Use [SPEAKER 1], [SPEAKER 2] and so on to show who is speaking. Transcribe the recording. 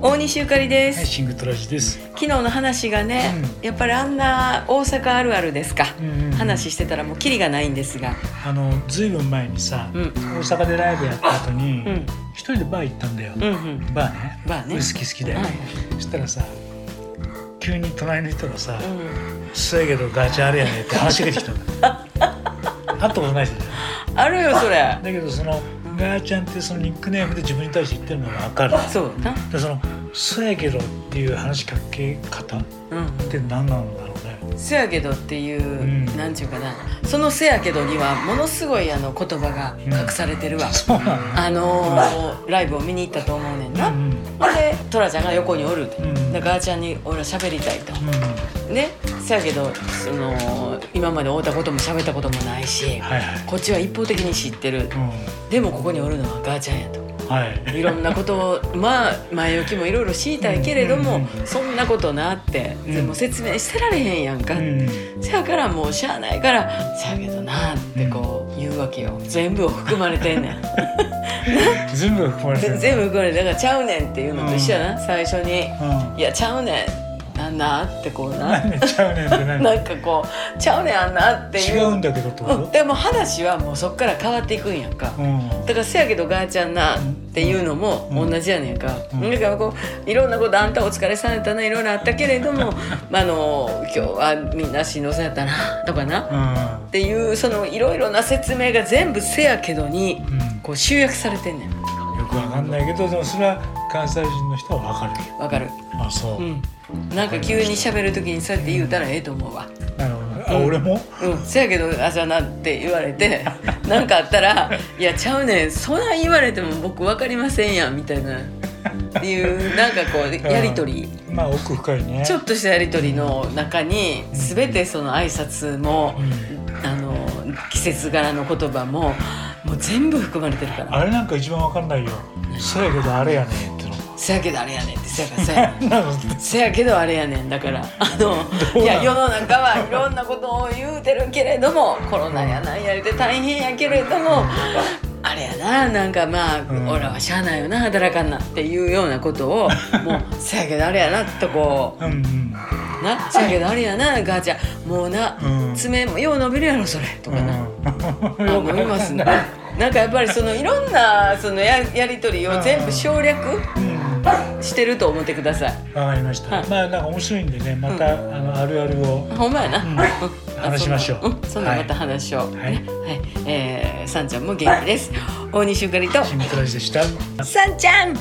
[SPEAKER 1] 大西ゆかりです、
[SPEAKER 2] はい、シングトラジです。
[SPEAKER 1] 昨日の話がね、
[SPEAKER 2] う
[SPEAKER 1] やっぱりあんな大阪あるあるですか、
[SPEAKER 2] うんうん
[SPEAKER 1] 話してたらもうキリがないんですが
[SPEAKER 2] あのずいぶん前にさ、
[SPEAKER 1] うん
[SPEAKER 2] 大阪でライブやった後に、
[SPEAKER 1] うん
[SPEAKER 2] 一人でバー行ったんだよ。
[SPEAKER 1] うんうん
[SPEAKER 2] バーね。
[SPEAKER 1] バーね
[SPEAKER 2] 俺好き好きだよね。そしたらさ、急に隣の人がさ、
[SPEAKER 1] うん
[SPEAKER 2] そうやけどガチャあるやねって話が出てきたんだ。 会ったことない人だよ。
[SPEAKER 1] あるよそれ
[SPEAKER 2] だけどそのガーちゃんってそのニックネームで自分に対して言ってるのがわかる。
[SPEAKER 1] そうだな
[SPEAKER 2] でそのそうやけどっていう話しかけ方っ
[SPEAKER 1] う
[SPEAKER 2] て何なんだろうね。
[SPEAKER 1] んせやけどっていう、
[SPEAKER 2] ん
[SPEAKER 1] なんちゅうかなそのせやけどにはものすごいあの言葉が隠されてるわ、
[SPEAKER 2] そうなの。
[SPEAKER 1] あのーライブを見に行ったと思うねんな、
[SPEAKER 2] うん
[SPEAKER 1] ほんでトラちゃんが横におるって、
[SPEAKER 2] うん
[SPEAKER 1] でガーちゃんに俺は喋りたいと
[SPEAKER 2] うん。うん。は
[SPEAKER 1] ねせやけどその今まで会うたことも喋ったこともないし
[SPEAKER 2] いはい。
[SPEAKER 1] こっちは一方的に知ってる
[SPEAKER 2] う
[SPEAKER 1] でもここにおるのはガーちゃんやと
[SPEAKER 2] ん。はい。
[SPEAKER 1] いろんなことをまあ前置きもいろいろ知りたいけれども、
[SPEAKER 2] うんうんうん
[SPEAKER 1] そんなことなって、
[SPEAKER 2] うん
[SPEAKER 1] でも説明してられへんやんか、
[SPEAKER 2] うん
[SPEAKER 1] せやからもうしゃあないからせやけどなってこう言うわけよ全部を含まれてんねん
[SPEAKER 2] 全部含まれて る。
[SPEAKER 1] 全部含まれてだからちゃうねんっていうのと一緒やな、最初に「
[SPEAKER 2] うん。
[SPEAKER 1] いやちゃうねんあんな」ってこうな
[SPEAKER 2] 何でちゃうねんって
[SPEAKER 1] な
[SPEAKER 2] 何
[SPEAKER 1] んかこう「ちゃうねんあんな」ってい
[SPEAKER 2] 違
[SPEAKER 1] う
[SPEAKER 2] うんだけどってこ
[SPEAKER 1] うん
[SPEAKER 2] と
[SPEAKER 1] でも話はもうそっから変わっていくんやんか、
[SPEAKER 2] うん。
[SPEAKER 1] だからせやけどガーちゃんなっていうのも
[SPEAKER 2] うん
[SPEAKER 1] 同じやねんか、
[SPEAKER 2] うん
[SPEAKER 1] だからこういろんなことあんたお疲れさんやったないろいろあったけれどもまああの今日はみんなしんどそうやったなとかなっ
[SPEAKER 2] う
[SPEAKER 1] ていうそのいろいろな説明が全部せやけどに
[SPEAKER 2] ん。うん。
[SPEAKER 1] こう集約されてんねん
[SPEAKER 2] よくわかんないけど、でもそれは関西人の人はわかるよ。
[SPEAKER 1] わかる
[SPEAKER 2] あ、そうう。
[SPEAKER 1] んなんか急に喋る時にそうやって言うたらええと思うわ
[SPEAKER 2] なるほど。あ、俺も。
[SPEAKER 1] うん、せやけどあじゃあなって言われて なんかあったら「いやちゃうねんそない言われても僕分かりませんやん」みたいなっていうなんかこうやり取り
[SPEAKER 2] まあ奥深いね。
[SPEAKER 1] ちょっとしたやり取りの中に全てその挨拶も
[SPEAKER 2] うん
[SPEAKER 1] あの季節柄の言葉ももう全部含まれてるから
[SPEAKER 2] あれなんか一番わかんないよ。そうやけどあれやねんっての。
[SPEAKER 1] 「せやけどあれやねん」って「せやからせやねん」
[SPEAKER 2] なの
[SPEAKER 1] せやけどあれやねんだからあの
[SPEAKER 2] どうなん
[SPEAKER 1] いや世の中はいろんなことを言うてるけれどもコロナやなんやで大変やけれどもあれやななんかまあ、
[SPEAKER 2] ん
[SPEAKER 1] 俺はしゃあないよな働かんなっていうようなこと をもうせやけどあれやなってこ
[SPEAKER 2] うんうん。
[SPEAKER 1] うなせやけどあれやなガーちゃんもうな、
[SPEAKER 2] うん
[SPEAKER 1] 爪もよう伸びるやろそれとかな、
[SPEAKER 2] う ん。
[SPEAKER 1] あもういますねなんかやっぱりそのいろんなそのややり取りを全部省略
[SPEAKER 2] うん。
[SPEAKER 1] してると思ってください
[SPEAKER 2] わかりました。
[SPEAKER 1] はい
[SPEAKER 2] まあなんか面白いんでね、またあのあるあるを。
[SPEAKER 1] ほんまやな、
[SPEAKER 2] うん
[SPEAKER 1] あ
[SPEAKER 2] 話しましょうん
[SPEAKER 1] そんなまた話しよう、
[SPEAKER 2] は
[SPEAKER 1] ねは
[SPEAKER 2] い
[SPEAKER 1] いえーさんちゃんも元気です大西ゆかりと
[SPEAKER 2] シングトラジでした。
[SPEAKER 1] さんちゃん